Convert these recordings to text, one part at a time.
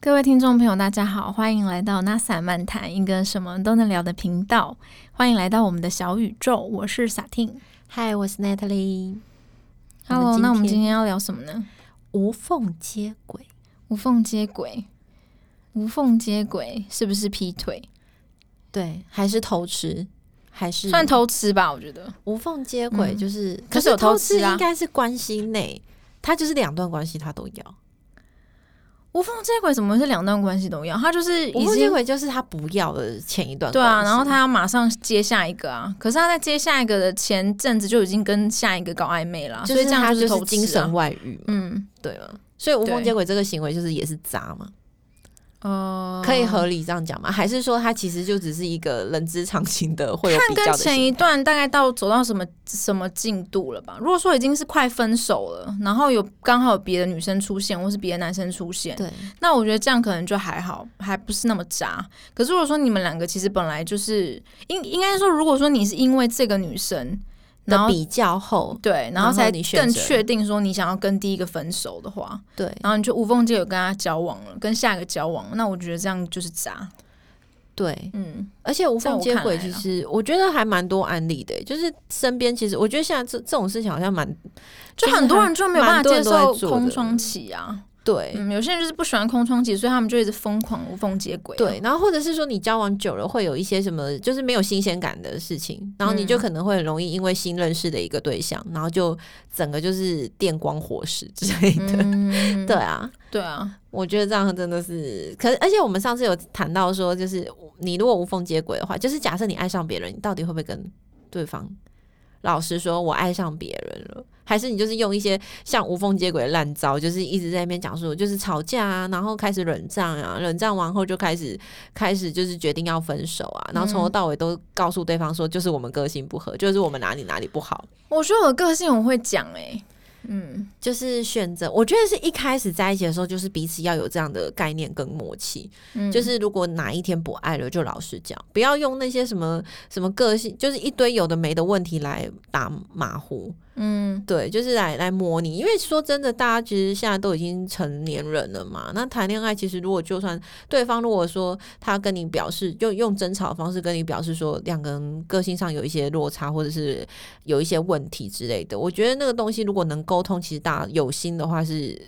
各位听众朋友，大家好，欢迎来到 NASA 漫谈一个什么都能聊的频道，欢迎来到我们的小宇宙，我是萨汀。嗨，我是 Natalie。 Hello，那我们今天天要聊什么呢？无缝接轨，无缝接轨，无缝接轨是不是劈腿？对，还是偷吃，还是算偷吃吧，我觉得。无缝接轨，嗯就是、可是有偷偷吃啊应该是关系内，他就是两段关系他都要。无缝接轨怎么会是两段关系都要？他就是已无缝接经轨就是他不要的前一段对啊，关系然后他要马上接下一个啊。可是他在接下一个的前阵子就已经跟下一个搞暧昧了啊，就所以是这样他就是就偷吃啊是精神外遇嘛，嗯对吗？所以无缝对接轨这个行为就是也是渣嘛，呃，可以合理这样讲吗？还是说他其实就只是一个人之常情的会有看比较跟的行前为？一段大概到走到什么什么进度了吧？如果说已经是快分手了，然后有刚好有别的女生出现，或是别的男生出现，对，那我觉得这样可能就还好，还不是那么渣。可是如果说你们两个其实本来就是应应该说，如果说你是因为这个女生，然的后比较后，对，然然后后才你选更择确定说你想要跟第一个分手的话，对，然后你就无缝接轨跟他交往了，跟下一个交往了，那我觉得这样就是渣。对，嗯，而且无在缝我接看轨，来其啦实我觉得还蛮多案例的欸、就是身边其实我觉得现在这这种事情好像蛮就就是很多很人就没有办蛮法多接人都在受做的空窗期啊。对、嗯，有些人就是不喜欢空窗期，所以他们就一直疯狂无缝接啊轨。对，，然后或者是说你交往久了会有一些什么就是没有新鲜感的事情，然后你嗯就可能会很容易因为新认识的一个对象，然后就整个就是电光火石之类的。嗯， 对啊，对啊，我觉得这样真的是，可是而且我们上次有谈到说，就是你如果无缝接轨的话，就是假设你爱上别人，你到底会不会跟对方老实说，我爱上别人了，还是你就是用一些像无缝接轨的烂招，就是一直在那边讲说，就是吵架啊，然后开始冷战啊，冷战完后就开始开始就是决定要分手啊，然后从头到尾都告诉对方说，就是我们个性不合，就是我们哪里哪里不好。我觉得我的个性我会讲哎、嗯，就是选择，我觉得是一开始在一起的时候，就是彼此要有这样的概念跟默契。嗯就是如果哪一天不爱了，就老实讲，不要用那些什么什么个性，就是一堆有的没的问题来打马虎。嗯，对，就是来来模拟。因为说真的，大家其实现在都已经成年人了嘛。那谈恋爱，其实如果就算对方如果说他跟你表示，就用争吵的方式跟你表示说两个人个性上有一些落差，或者是有一些问题之类的，我觉得那个东西如果能沟通，其实大家有心的话是。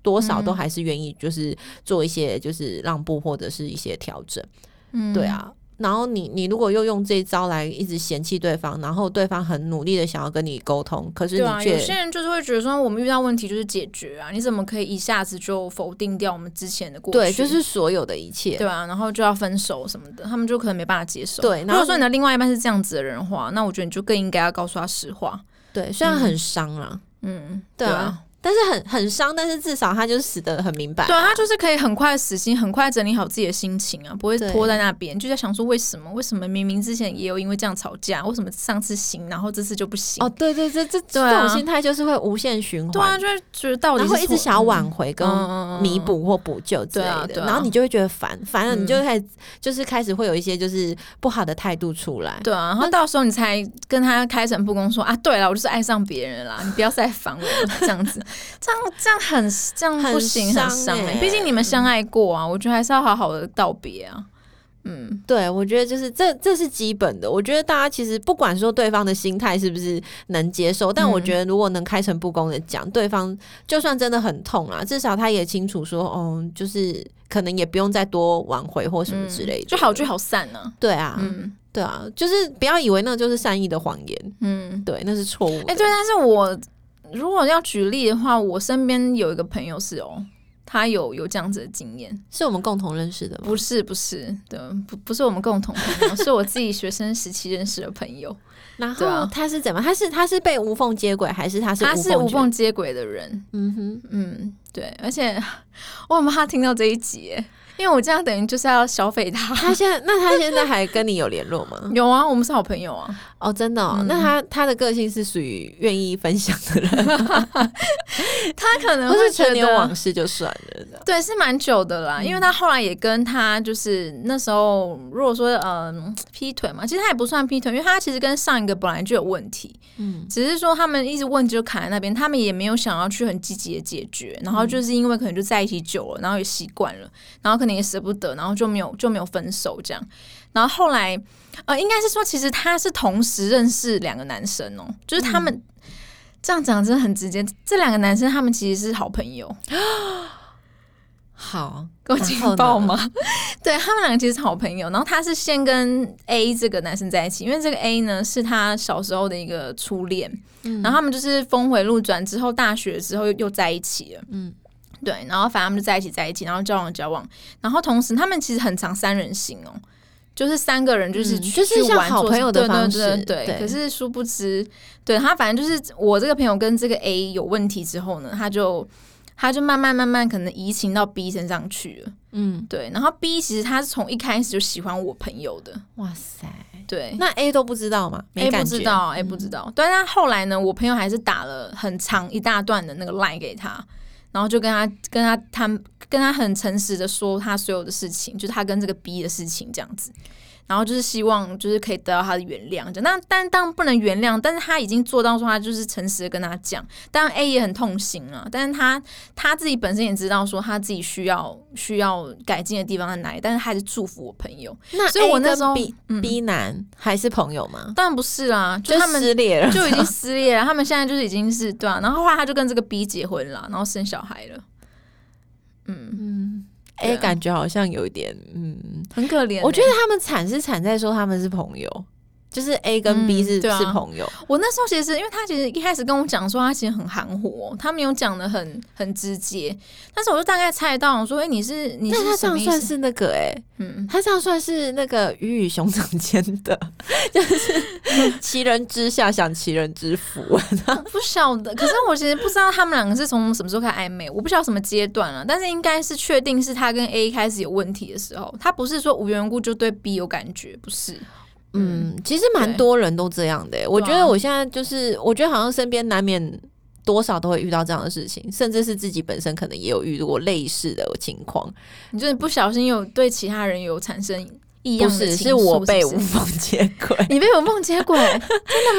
多少都嗯还是愿意，就是做一些就是让步或者是一些调整。嗯对，啊。然后你你如果又用这一招来一直嫌弃对方，然后对方很努力的想要跟你沟通，可是对你啊，却、有些人就是会觉得说，我们遇到问题就是解决啊，你怎么可以一下子就否定掉我们之前的过去？对，就是所有的一切，对啊，然后就要分手什么的，他们就可能没办法接受。对然如后果说你的另外一半是这样子的人的话，那我觉得你就更应该要告诉他实话。对虽然很伤啦，嗯，对啊但是很很伤，但是至少他就是死的很明白。对啊，他就是可以很快死心，很快整理好自己的心情啊，不会对拖在那边，就在想说为什么？为什么明明之前也有因为这样吵架，为什么上次行，然后这次就不行？哦，对对，这这、对啊这种心态就是会无限循环，对啊，就会觉得到底然是后一直错想要挽回跟嗯弥补或补救之类的，对啊对啊然后你就会觉得烦，烦了嗯你就会开始、就是开始会有一些就是不好的态度出来。对啊，然后到时候你才跟他开诚布公说啊，对了，我就是爱上别人了啦，你不要再烦我了，这样子， 这样这样很这样不行，很很伤伤哎、欸毕竟你们相爱过啊，我觉得还是要好好的道别啊。嗯，对，我觉得就是这这是基本的。我觉得大家其实不管说对方的心态是不是能接受，但我嗯觉得如果能开诚布公的讲，对方就算真的很痛啦，至少他也清楚说，哦，就是可能也不用再多挽回或什么之类的，嗯就好聚好散呢、对啊，嗯对啊，就是不要以为那就是善意的谎言，嗯。对，那是错误的。哎、对，但是我如果要举例的话，我身边有一个朋友是哦，他有有这样子的经验，是我们共同认识的吗？不是不是的，不不是我们共同朋友，是我自己学生时期认识的朋友，然对后啊他是怎么？他是他是被无缝接轨，还是他 是他是无无缝缝接？接轨的人，嗯哼，嗯，对，而且我很怕他听到这一集耶，因因为我这样等于就是要消费他。他现在那他现在还跟你有联络吗？有啊，我们是好朋友啊。哦，真的、哦，那他他的个性是属于愿意分享 的人，他可能不会是觉陈年得往，事就算了的。对，是蛮久的啦。因为他后来也跟他就是那时候，如果说嗯劈腿嘛，其实他也不算劈腿，因为他其实跟上一个本来就有问题，嗯，只是说他们一直问题就卡在那边，他们也没有想要去很积极的解决，然后就是因为可能就在一起久了，然后也习惯了，然后可能也舍不得，然后就没有就没有分手这样。然后后来，呃，应该是说，其实他是同时认识两个男生哦、就是他们、这样讲真的很直接，这两个男生他们其实是好朋友，好，够然劲后呢爆吗？ 对他们两个其实是好朋友，然后他是先跟 A 这个男生在一起，因为这个 A 呢是他小时候的一个初恋，嗯然后他们就是峰回路转之后，大学之后又又在一起了，嗯嗯。对，然后反正他们就在一起，在一起，然后交往交往，然后同时他们其实很常三人行哦，就是三个人就是嗯去、就是去像玩好做朋什么友的方对式对对对对可是殊不知，对他反正就是我这个朋友跟这个 A 有问题之后呢，他就他就慢慢慢慢可能移情到 B 身上去了。嗯，对，然后 B 其实他是从一开始就喜欢我朋友的，哇塞，对。那 A 都不知道吗？嗯没 A 哎不感觉嗯知，道，A 不知道。但他后来呢，我朋友还是打了很长一大段的那个 line 给他，然后就跟他跟他他跟他很诚实的说他所有的事情，就是他跟这个 B 的事情这样子。然后就是希望就是可以得到他的原谅，这样。那但当然不能原谅，但是他已经做到说他就是诚实的跟他讲。当然 A 也很痛心啊，但是他他自己本身也知道说他自己需要需要改进的地方在哪里，但是他还是祝福我朋友。那所以我 A 那跟时候 B 嗯 B 男还是朋友吗？当然不是啦，就他们撕 裂了，就已经撕裂了，他们现在就是已经是对啊，然后后来他就跟这个 B 结婚了，然后生小孩了，嗯，嗯对，A 啊感觉好像有一点，嗯，很可怜欸、我觉得他们惨是惨在说他们是朋友，就是 A 跟 B 嗯是、对啊是朋友，我那时候其实，因为他其实一开始跟我讲说他其实很含糊、哦，他没有讲的很很直接，但是我就大概猜到，我说哎、你是你但是他这什样么意算思？是那个哎、嗯，他这样算是那个鱼与熊掌间的， 就是其人之下享其人之福。我不晓得，可是我其实不知道他们两个是从什么时候开始暧昧，我不晓得什么阶段了、啊但是应该是确定是他跟 A 开始有问题的时候，他不是说无缘无故就对 B 有感觉，不是，嗯，其实蛮对多人都这样的欸、我觉对啊得我现在就是，我觉得好像身边难免多少都会遇到这样的事情，甚至是自己本身可能也有遇过类似的情况。你就是不小心有对其他人有产生异不样的是，情是我愫被不无缝接 轨。你被我梦接轨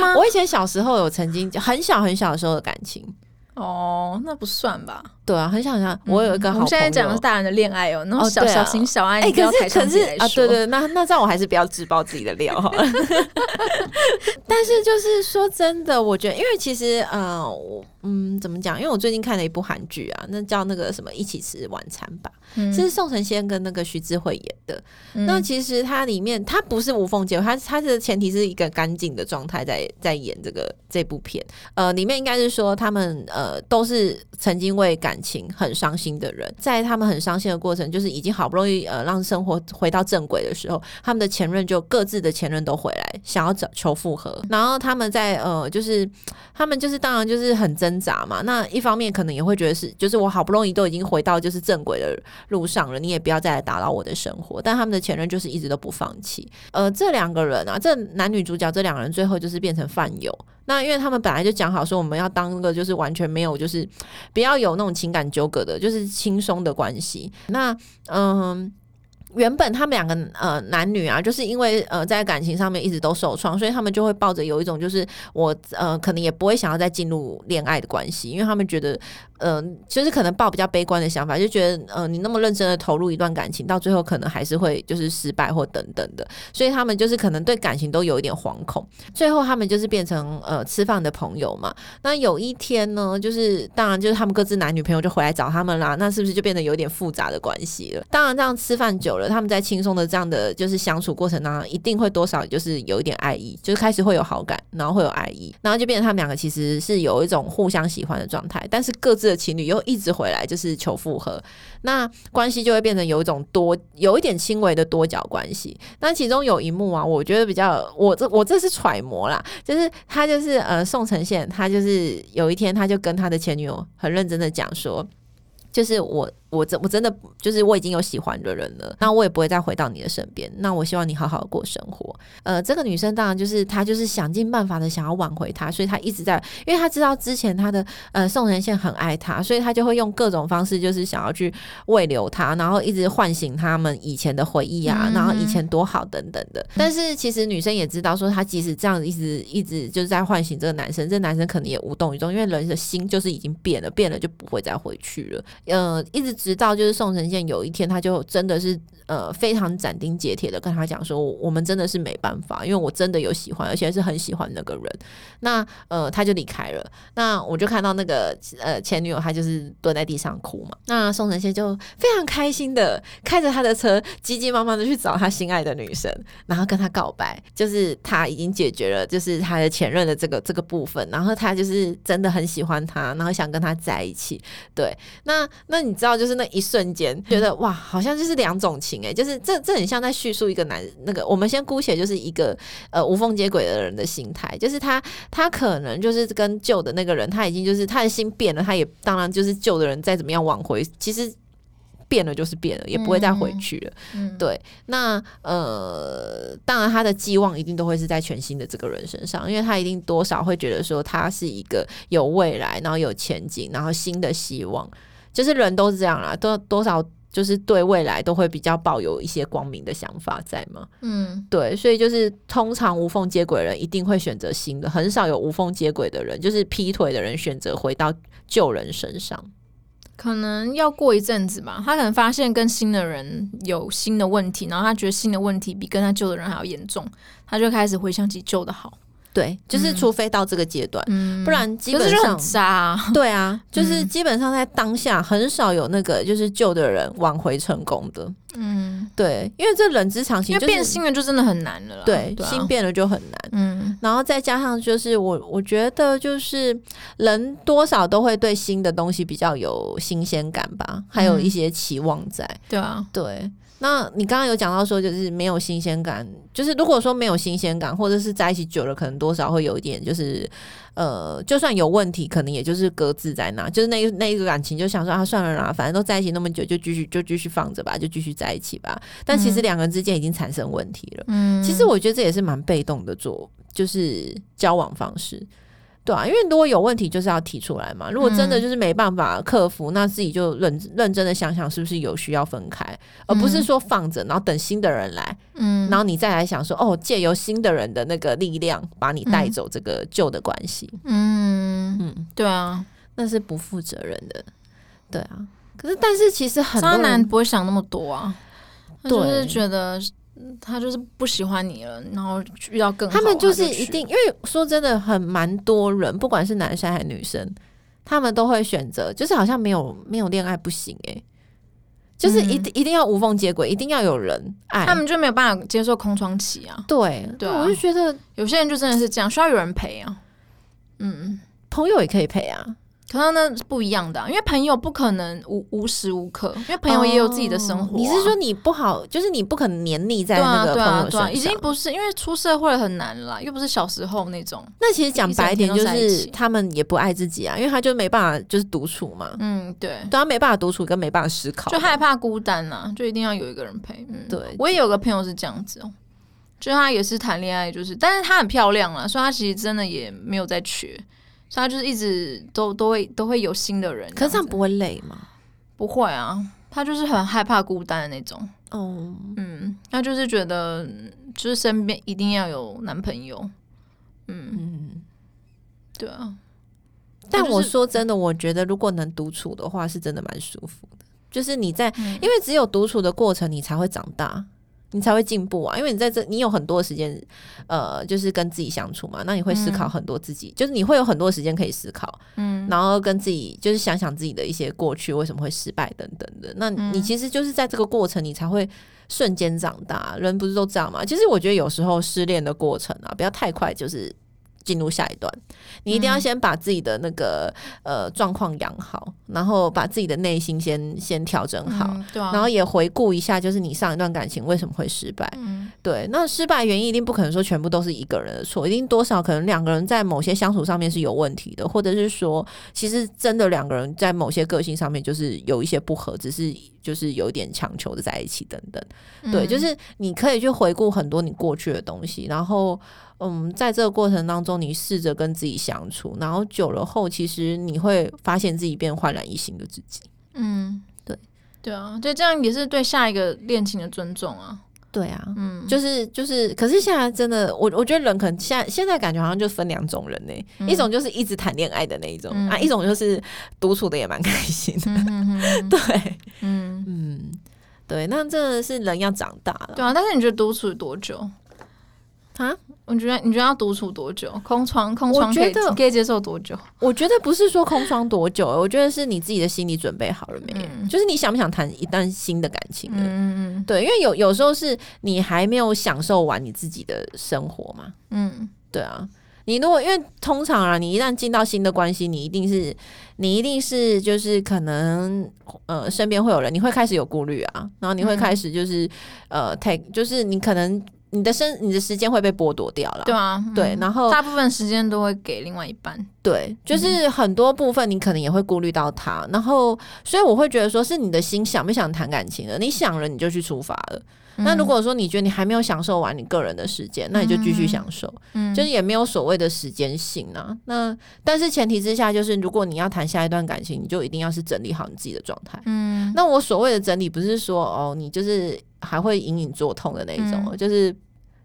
吗我以前小时候有曾经很小很小的时候的感情， 哦，那不算吧？对啊，很小很小。我有一个嗯我好朋友，们现在讲的是大人的恋爱哦，那种哦小、对啊小情小爱，哎、你不要可抬是可上是自己来啊，说对对，那那这样我还是不要自爆自己的 料好了。但是就是说真的，我觉得，因为其实呃，我嗯，怎么讲？因为我最近看了一部韩剧啊，那叫那个什么《一起吃晚餐吧》，嗯是宋承宪跟那个徐智慧演的。嗯那其实它里面它不是无缝接轨，它它的前提是一个干净的状态在在演这个这部片。呃，里面应该是说他们呃都是曾经为感情很伤心的人，在他们很伤心的过程，就是已经好不容易呃让生活回到正轨的时候，他们的前任就各自的前任都回来，想要找求复合，然后他们在呃就是他们就是当然就是很挣扎嘛。那一方面可能也会觉得是，就是我好不容易都已经回到就是正轨的路上了，你也不要再来打扰我的生活。但他们的前任就是一直都不放弃。呃，这两个人啊，这男女主角这两个人最后就是变成饭友。那因为他们本来就讲好说，我们要当那个就是完全没有，就是不要有那种情感纠葛的，就是轻松的关系。那嗯。原本他们两个呃男女啊，就是因为呃在感情上面一直都受创，所以他们就会抱着有一种就是我呃可能也不会想要再进入恋爱的关系，因为他们觉得嗯、呃就是可能抱比较悲观的想法，就觉得呃你那么认真的投入一段感情，到最后可能还是会就是失败或等等的，所以他们就是可能对感情都有一点惶恐。最后他们就是变成呃吃饭的朋友嘛。那有一天呢，就是当然就是他们各自男女朋友就回来找他们啦，那是不是就变得有点复杂的关系了？当然这样吃饭久了，他们在轻松的这样的就是相处过程当中，一定会多少就是有一点爱意，就是开始会有好感，然后会有爱意，然后就变成他们两个其实是有一种互相喜欢的状态，但是各自的情侣又一直回来就是求复合，那关系就会变成有一种多有一点轻微的多角关系。那其中有一幕啊，我觉得比较我这我这是揣摩啦，就是他就是呃宋承宪，他就是有一天他就跟他的前女友很认真的讲说，就是我我真我真的就是我已经有喜欢的人了，那我也不会再回到你的身边。那我希望你好好地过生活。呃，这个女生当然就是她就是想尽办法的想要挽回他，所以她一直在，因为她知道之前她的呃宋仁宪很爱她，所以她就会用各种方式就是想要去慰留他，然后一直唤醒他们以前的回忆啊，嗯然后以前多好等等的。但是其实女生也知道说，她即使这样子一直一直就是在唤醒这个男生，这男生可能也无动于衷，因为人的心就是已经变了，变了就不会再回去了。呃，一直直到就是宋承宪有一天，他就真的是呃非常斩钉截铁的跟他讲说，我我们真的是没办法，因为我真的有喜欢，而且是很喜欢那个人。那呃，他就离开了。那我就看到那个呃前女友，她就是蹲在地上哭嘛。那宋承宪就非常开心的开着他的车，急急忙忙的去找他心爱的女生，然后跟他告白，就是他已经解决了，就是他的前任的这个这个部分，然后他就是真的很喜欢他，然后想跟他在一起。对，那那你知道，就是那一瞬间觉得哇，好像就是两种情诶、就是这这很像在叙述一个男那个，我们先姑且就是一个呃无缝接轨的人的心态，就是他他可能就是跟旧的那个人，他已经就是他的心变了，他也当然就是旧的人再怎么样挽回，其实变了就是变了，也不会再回去了。嗯，对，那呃，当然他的寄望一定都会是在全新的这个人身上，因为他一定多少会觉得说他是一个有未来，然后有前景，然后新的希望，就是人都是这样啦，多多少就是对未来都会比较抱有一些光明的想法在嘛。嗯，对，所以就是通常无缝接轨的人一定会选择新的，很少有无缝接轨的人，就是劈腿的人选择回到旧人身上。可能要过一阵子吧。他可能发现跟新的人有新的问题，然后他觉得新的问题比跟他旧的人还要严重，他就开始回想起旧的好。对，就是嗯除非到这个阶段，嗯不然基可本是就上很渣、啊。对啊，就是嗯基本上在当下很少有那个就是旧的人挽回成功的，嗯，对，因为这人之常情，因为就是变心了就真的很难了啦。对啊心变了就很难。嗯然后再加上就是我，我觉得就是人多少都会对新的东西比较有新鲜感吧，还嗯有一些期望在。对啊，对，那你刚刚有讲到说就是没有新鲜感，就是如果说没有新鲜感，或者是在一起久了，可能多少会有一点就是。呃，就算有问题，可能也就是搁置在那，就是那一那一个感情，就想说啊，算了啦，反正都在一起那么久，就继续就继续放着吧，就继续在一起吧。但其实嗯两个人之间已经产生问题了。嗯，其实我觉得这也是蛮被动的做，就是交往方式，对啊，因为如果有问题就是要提出来嘛。如果真的嗯就是没办法克服，那自己就认认真的想想是不是有需要分开，而不是嗯说放着，然后等新的人来，嗯，然后你再来想说，哦，借由新的人的那个力量把你带走这个旧的关系，嗯，嗯，对啊，那是不负责任的，对啊。可是，但是其实很多渣人男不会想那么多啊，他就是对觉得他就是不喜欢你了，然后遇到更好他们就他是去一定，因为说真的，很蛮多人，不管是男生还是女生，他们都会选择，就是好像没有没有恋爱不行诶、就是一定、一定要无缝接轨，一定要有人嗯爱。他们就没有办法接受空窗期啊。对对啊我就觉得有些人就真的是这样，需要有人陪啊。嗯，朋友也可以陪啊，可是那是不一样的啊、因为朋友不可能无无时无刻，因为朋友也有自己的生活啊、哦你是说你不好，就是你不可能黏腻在对那啊个对朋友啊身对上？啊，已经不是因为出社会了很难了啦，又不是小时候那种。那其实讲白一点，就一整天都在一是起他们也不爱自己啊，因为他就没办法就是独处嘛，嗯，对。对他啊没办法独处跟没办法思考嘛，就害怕孤单啦、就一定要有一个人陪。嗯，对我也有个朋友是这样子哦、就是她也是谈恋爱，就是，但是她很漂亮啊啦，所以她其实真的也没有在缺，所以她就是一直都都会都会有新的人。可是这样子不会累吗？不会啊，她就是很害怕孤单的那种。哦，嗯，她就是觉得嗯就是身边一定要有男朋友。嗯，嗯。对啊，但就是我说真的，我觉得如果能独处的话，是真的蛮舒服的。就是你在，嗯因为只有独处的过程，你才会长大，你才会进步啊。因为你在这，你有很多时间，呃，就是跟自己相处嘛，那你会思考嗯很多自己，就是你会有很多时间可以思考，嗯然后跟自己就是想想自己的一些过去为什么会失败等等的。那你嗯其实就是在这个过程，你才会瞬间长大。人不是都这样嘛？其实我觉得有时候失恋的过程啊，不要太快，就是进入下一段。你一定要先把自己的那个、呃状况养好，然后把自己的内心先先调整好，嗯，对啊，然后也回顾一下，就是你上一段感情为什么会失败。嗯对，那失败原因一定不可能说全部都是一个人的错，一定多少可能两个人在某些相处上面是有问题的，或者是说，其实真的两个人在某些个性上面就是有一些不合，只是就是有一点强求的在一起等等。对，嗯就是你可以去回顾很多你过去的东西，然后嗯，在这个过程当中，你试着跟自己相处，然后久了后，其实你会发现自己变焕然一新的自己。嗯，对对啊，对，这样也是对下一个恋情的尊重啊。对啊，嗯，就是就是，可是现在真的，我我觉得人可能现在现在感觉好像就分两种人呢、嗯一种就是一直谈恋爱的那一种、嗯啊，一种就是独处的也蛮开心的。嗯嗯嗯对，嗯，嗯，对，那真的是人要长大了对啊。但是你觉得独处多久？啊！你觉得你觉得要独处多久？空窗空窗我可觉以得可以接受多久？我觉得不是说空窗多久，我觉得是你自己的心理准备好了没，嗯就是你想不想谈一段新的感情了。嗯嗯对，因为有有时候是你还没有享受完你自己的生活嘛，嗯对啊，你如果因为通常啊，你一旦进到新的关系，你一定是你一定是就是可能呃身边会有人，你会开始有顾虑啊，然后你会嗯开始就是、呃 take 就是你可能你的生你的时间会被剥夺掉了，嗯，对啊，嗯哦对然后大部分时间都会给另外一半。对，就是很多部分你可能也会顾虑到他，然后所以我会觉得说是你的心想不想谈感情了，你想了你就去出发了。那如果说你觉得你还没有享受完你个人的时间，那你就继续享受。嗯就是也没有所谓的时间性啊。那但是前提之下，就是如果你要谈下一段感情，你就一定要是整理好你自己的状态。嗯那我所谓的整理，不是说哦，你就是还会隐隐作痛的那一种，哦嗯就是。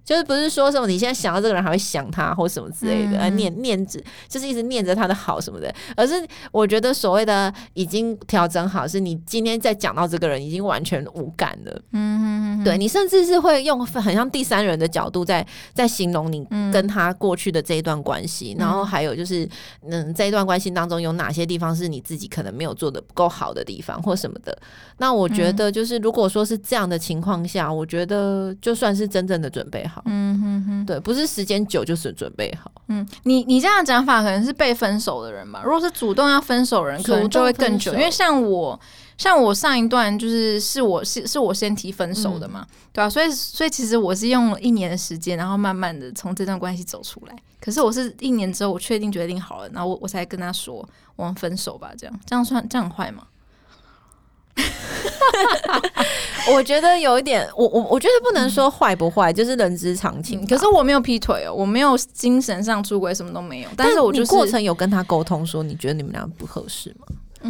就是不是说什么你现在想到这个人还会想他或什么之类嗯的，啊念念着就是一直念着他的好什么的，而是我觉得所谓的已经调整好，是你今天再讲到这个人已经完全无感了，嗯嗯嗯，对你甚至是会用很像第三人的角度在在形容你嗯跟他过去的这一段关系，然后还有就是嗯这一段关系当中有哪些地方是你自己可能没有做的不够好的地方或什么的。那我嗯觉得就是如果说是这样的情况下，我觉得就算是真正的准备好，嗯哼哼。对，不是时间久就是准备好。嗯，你你这样的讲法可能是被分手的人吧？如果是主动要分手的人，可能就会更久，主动分手因为像我，像我上一段就是是我是是我先提分手的嗯嘛，对啊，所以所以其实我是用了一年的时间，然后慢慢的从这段关系走出来。可是我是一年之后，我确定决定好了，然后我我才跟他说我们分手吧，这样这样算这样很坏吗？我觉得有一点，我我我觉得不能说坏不坏，就是人之常情吧。嗯可是我没有劈腿哦，我没有精神上出轨，什么都没有，但是我你就是过程有跟他沟通说，你觉得你们俩不合适吗？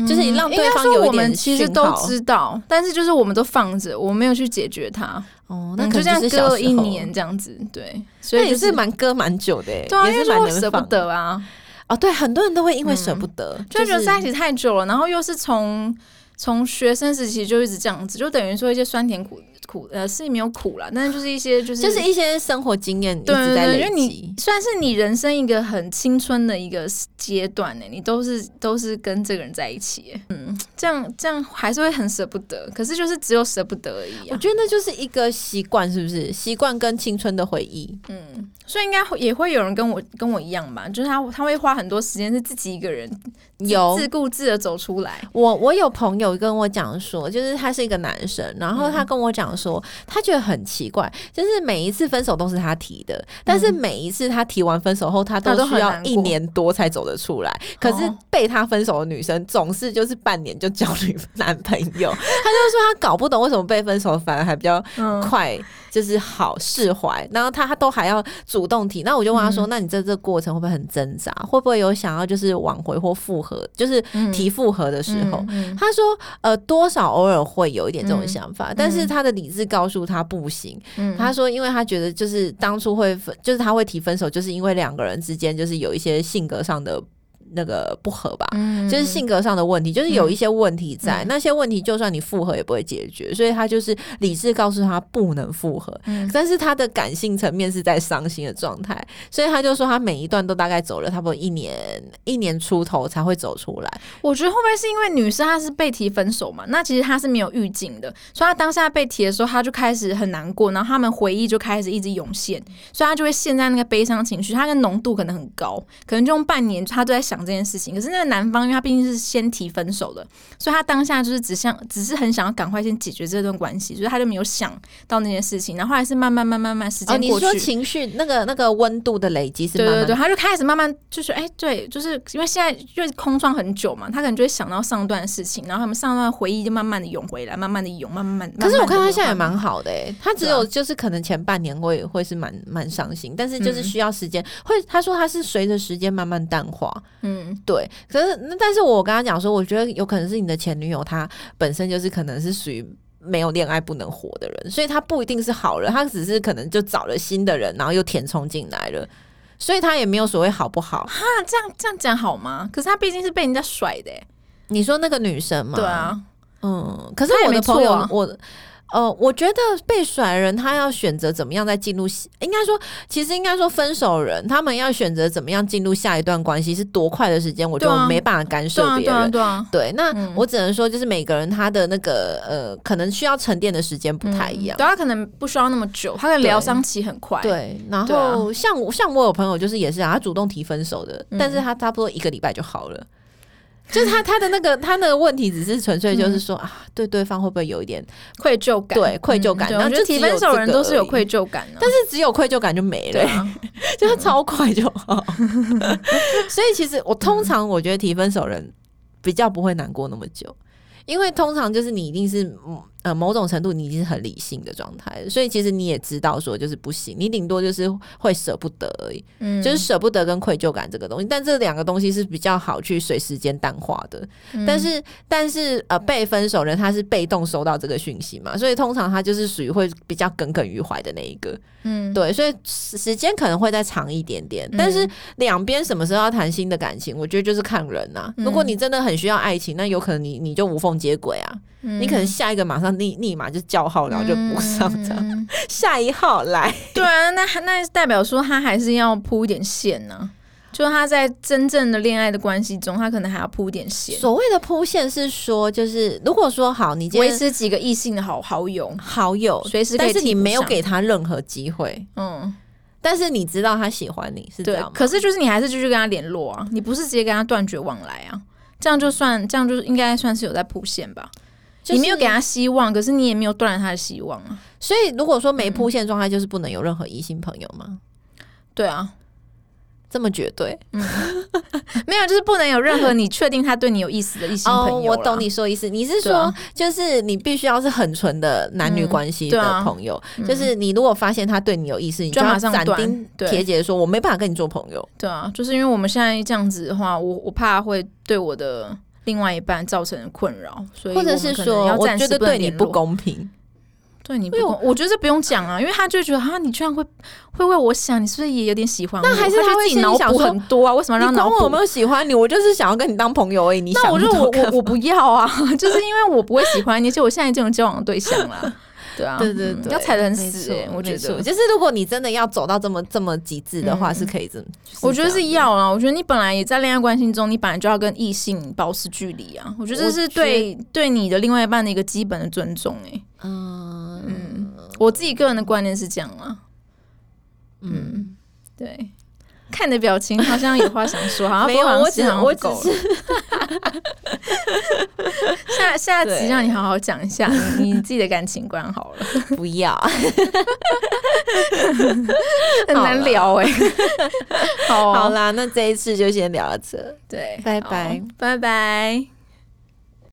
就是你让嗯应该对方说有一我们点其实讯都号知道，但是就是我们都放着，我没有去解决它，哦嗯可就能这样是隔小了时一候年这样子，对，所那以也就是蛮割蛮久的欸，对啊，因也为是就蛮会能舍不放得啊，哦。对，很多人都会因为舍不得，就会觉得是在一起太久了，然后又是从从学生时期就一直这样子，就等于说一些酸甜苦苦呃是没有苦啦，但是就是一些就是就是一些生活经验一对直对在对，因累为你积。算是你人生一个很青春的一个阶段呢，欸你都是都是跟这个人在一起耶，嗯，这样这样还是会很舍不得，可是就是只有舍不得而已我啊，觉得那就是一个习惯，是不是？习惯跟青春的回忆，嗯，所以应该会也会有人跟我跟我一样吧，就是他他会花很多时间是自己一个人自有自顾自的走出来，我我有朋友跟我讲说，就是他是一个男生，然后嗯他跟我讲说，他觉得很奇怪，就是每一次分手都是他提的，但是每一次他提完分手后，他嗯他都都需很要难一过年多才走得出来。可是哦被他分手的女生总是就是半年就交女男朋友， 他就说他搞不懂为什么被分手反而还比较嗯，快，就是好释怀，然后他他都还要主动提。那我就问他嗯说，那你在这个过程会不会很挣扎？会不会有想要就是挽回或复合，就是嗯提复合的时候？嗯嗯他说：“呃，多少偶尔会有一点这种想法，但是他的理智告诉他不行。嗯他说，因为他觉得就是当初会分，就是他会提分手，就是因为两个人之间就是有一些性格上的那个不合吧。嗯就是性格上的问题，就是有一些问题在，嗯那些问题就算你复合也不会解决，所以他就是理智告诉他不能复合，嗯但是他的感性层面是在伤心的状态，所以他就说他每一段都大概走了差不多一年一年出头才会走出来，我觉得会不会是因为女生她是被提分手嘛？那其实她是没有预警的，所以她当下被提的时候，她就开始很难过，然后他们回忆就开始一直涌现，所以她就会陷在那个悲伤情绪，她的浓度可能很高，可能就用半年她都在想这件事情。可是那个男方，因为他毕竟是先提分手的，所以他当下就是只想，只是很想要赶快先解决这段关系，所以他就没有想到那件事情。然后后来是慢慢慢慢慢时哦，间你过去，说情绪那个那个温度的累积是对慢对慢对，他就开始慢慢就是哎、对，就是因为现在就是空窗很久嘛，他可能就会想到上段事情，然后他们上段回忆就慢慢的涌回来，慢慢的涌，慢慢慢慢。可是我看他慢慢地涌现在也蛮慢慢地好的诶、他只对啊有就是可能前半年会会是蛮蛮伤心，但是就是嗯需要时间，会他说他是随着时间慢慢淡化，嗯，对，可是那但是我跟他讲说，我觉得有可能是你的前女友，她本身就是可能是属于。没有恋爱不能活的人，所以她不一定是好人，她只是可能就找了新的人，然后又填充进来了，所以她也没有所谓好不好。那啊这样这样讲好吗？可是他毕竟是被人家甩的、哎你说那个女生嘛，对，啊，嗯，可是她也我的没错朋友，啊我呃，我觉得被甩的人他要选择怎么样再进入，应该说，其实应该说分手人他们要选择怎么样进入下一段关系是多快的时间，我就对啊没办法干涉对啊，别对人。啊，对啊，对，那嗯我只能说，就是每个人他的那个呃，可能需要沉淀的时间不太一样嗯。对嗯他可能不需要那么久，他的疗伤期很快。，对，然对啊后像我像我有朋友就是也是啊，他主动提分手的，嗯但是他差不多一个礼拜就好了。就是他他的那个他的问题，只是纯粹就是嗯说、啊，对对方会不会有一点，愧疚感，对愧疚感嗯对然后我觉得就只提有分手的人这个都是有而已愧疚感的、但是只有愧疚感就没了、对啊， 就是超快就好。 所以其实我通常我觉得提分手人比较不会难过那么久，因为通常就是你一定是嗯呃某种程度你已经是很理性的状态了，所以其实你也知道说就是不行，你顶多就是会舍不得而已，嗯就是舍不得跟愧疚感这个东西，但这两个东西是比较好去随时间淡化的。嗯但是但是呃，被分手人他是被动收到这个讯息嘛，所以通常他就是属于会比较耿耿于怀的那一个。嗯，对，所以时时间可能会再长一点点，但是嗯两边什么时候要谈新的感情，我觉得就是看人呐、如果嗯你真的很需要爱情，那有可能你你就无缝接轨啊，嗯你可能下一个马上立立马就叫号，然后就补上这样，嗯 下一号来。对啊，那那代表说他还是要铺一点线呢、就他在真正的恋爱的关系中，他可能还要铺一点线，所谓的铺线是说，就是如果说好，你今维天持几个异性的好好友，好友，随时可以但是你替补没有上给他任何机会，嗯，但是你知道他喜欢你是这对样。吗？可是就是你还是继续跟他联络啊，你不是直接跟他断绝往来啊，这样就算这样就应该算是有在铺线吧。就是你没有给他希望，可是你也没有断了他的希望啊。所以如果说没铺线状态，就是不能有任何异性朋友吗？对啊，这么绝对？没有，就是不能有任何你确定他对你有意思的异性朋友、哦我懂。你说意思，你是对说、啊就是你必须要是很纯的男女关系嗯对啊的朋友，就是你如果发现他对你有意思，你就要马上斩断钉对铁铁地说，我没办法跟你做朋友。对啊，就是因为我们现在这样子的话，我我怕会对我的另外一半造成困扰，所以或者我是们可能说要，我暂觉时得不能对你联不络，公平，对你不因为公，我觉得这不用讲啊，因为他就会觉得啊，你居然会会为我想，你是不是也有点喜欢我？那还是他他就会自己心里脑想补说很多啊？为什么你要让管他脑我有补没？有喜欢你，我就是想要跟你当朋友而已。你那想我就不到我干我我不要啊， 就是因为我不会喜欢你，而且我现在已经有交往的对象 啦。对啊，对对嗯对，要踩得很没死、错欸，我觉没错得。就是如果你真的要走到这么这么极致的话，嗯是可以这么。这我觉得样是子要啊，我觉得你本来也在恋爱关系中，你本来就要跟异性保持距离啊。我觉得这我是觉对对你的另外一半的一个基本的尊重、欸。哎，嗯嗯，我自己个人的观念是这样啊。嗯，对，看你的表情好像有话想说，好像没有，啊不好我像是只好像我不够只是了下下集对让你好好讲一下你你自己的感情观好 了，不要。很难聊 哎、好、好哦，啦，那这一次就先聊到这。对，拜好拜，拜拜。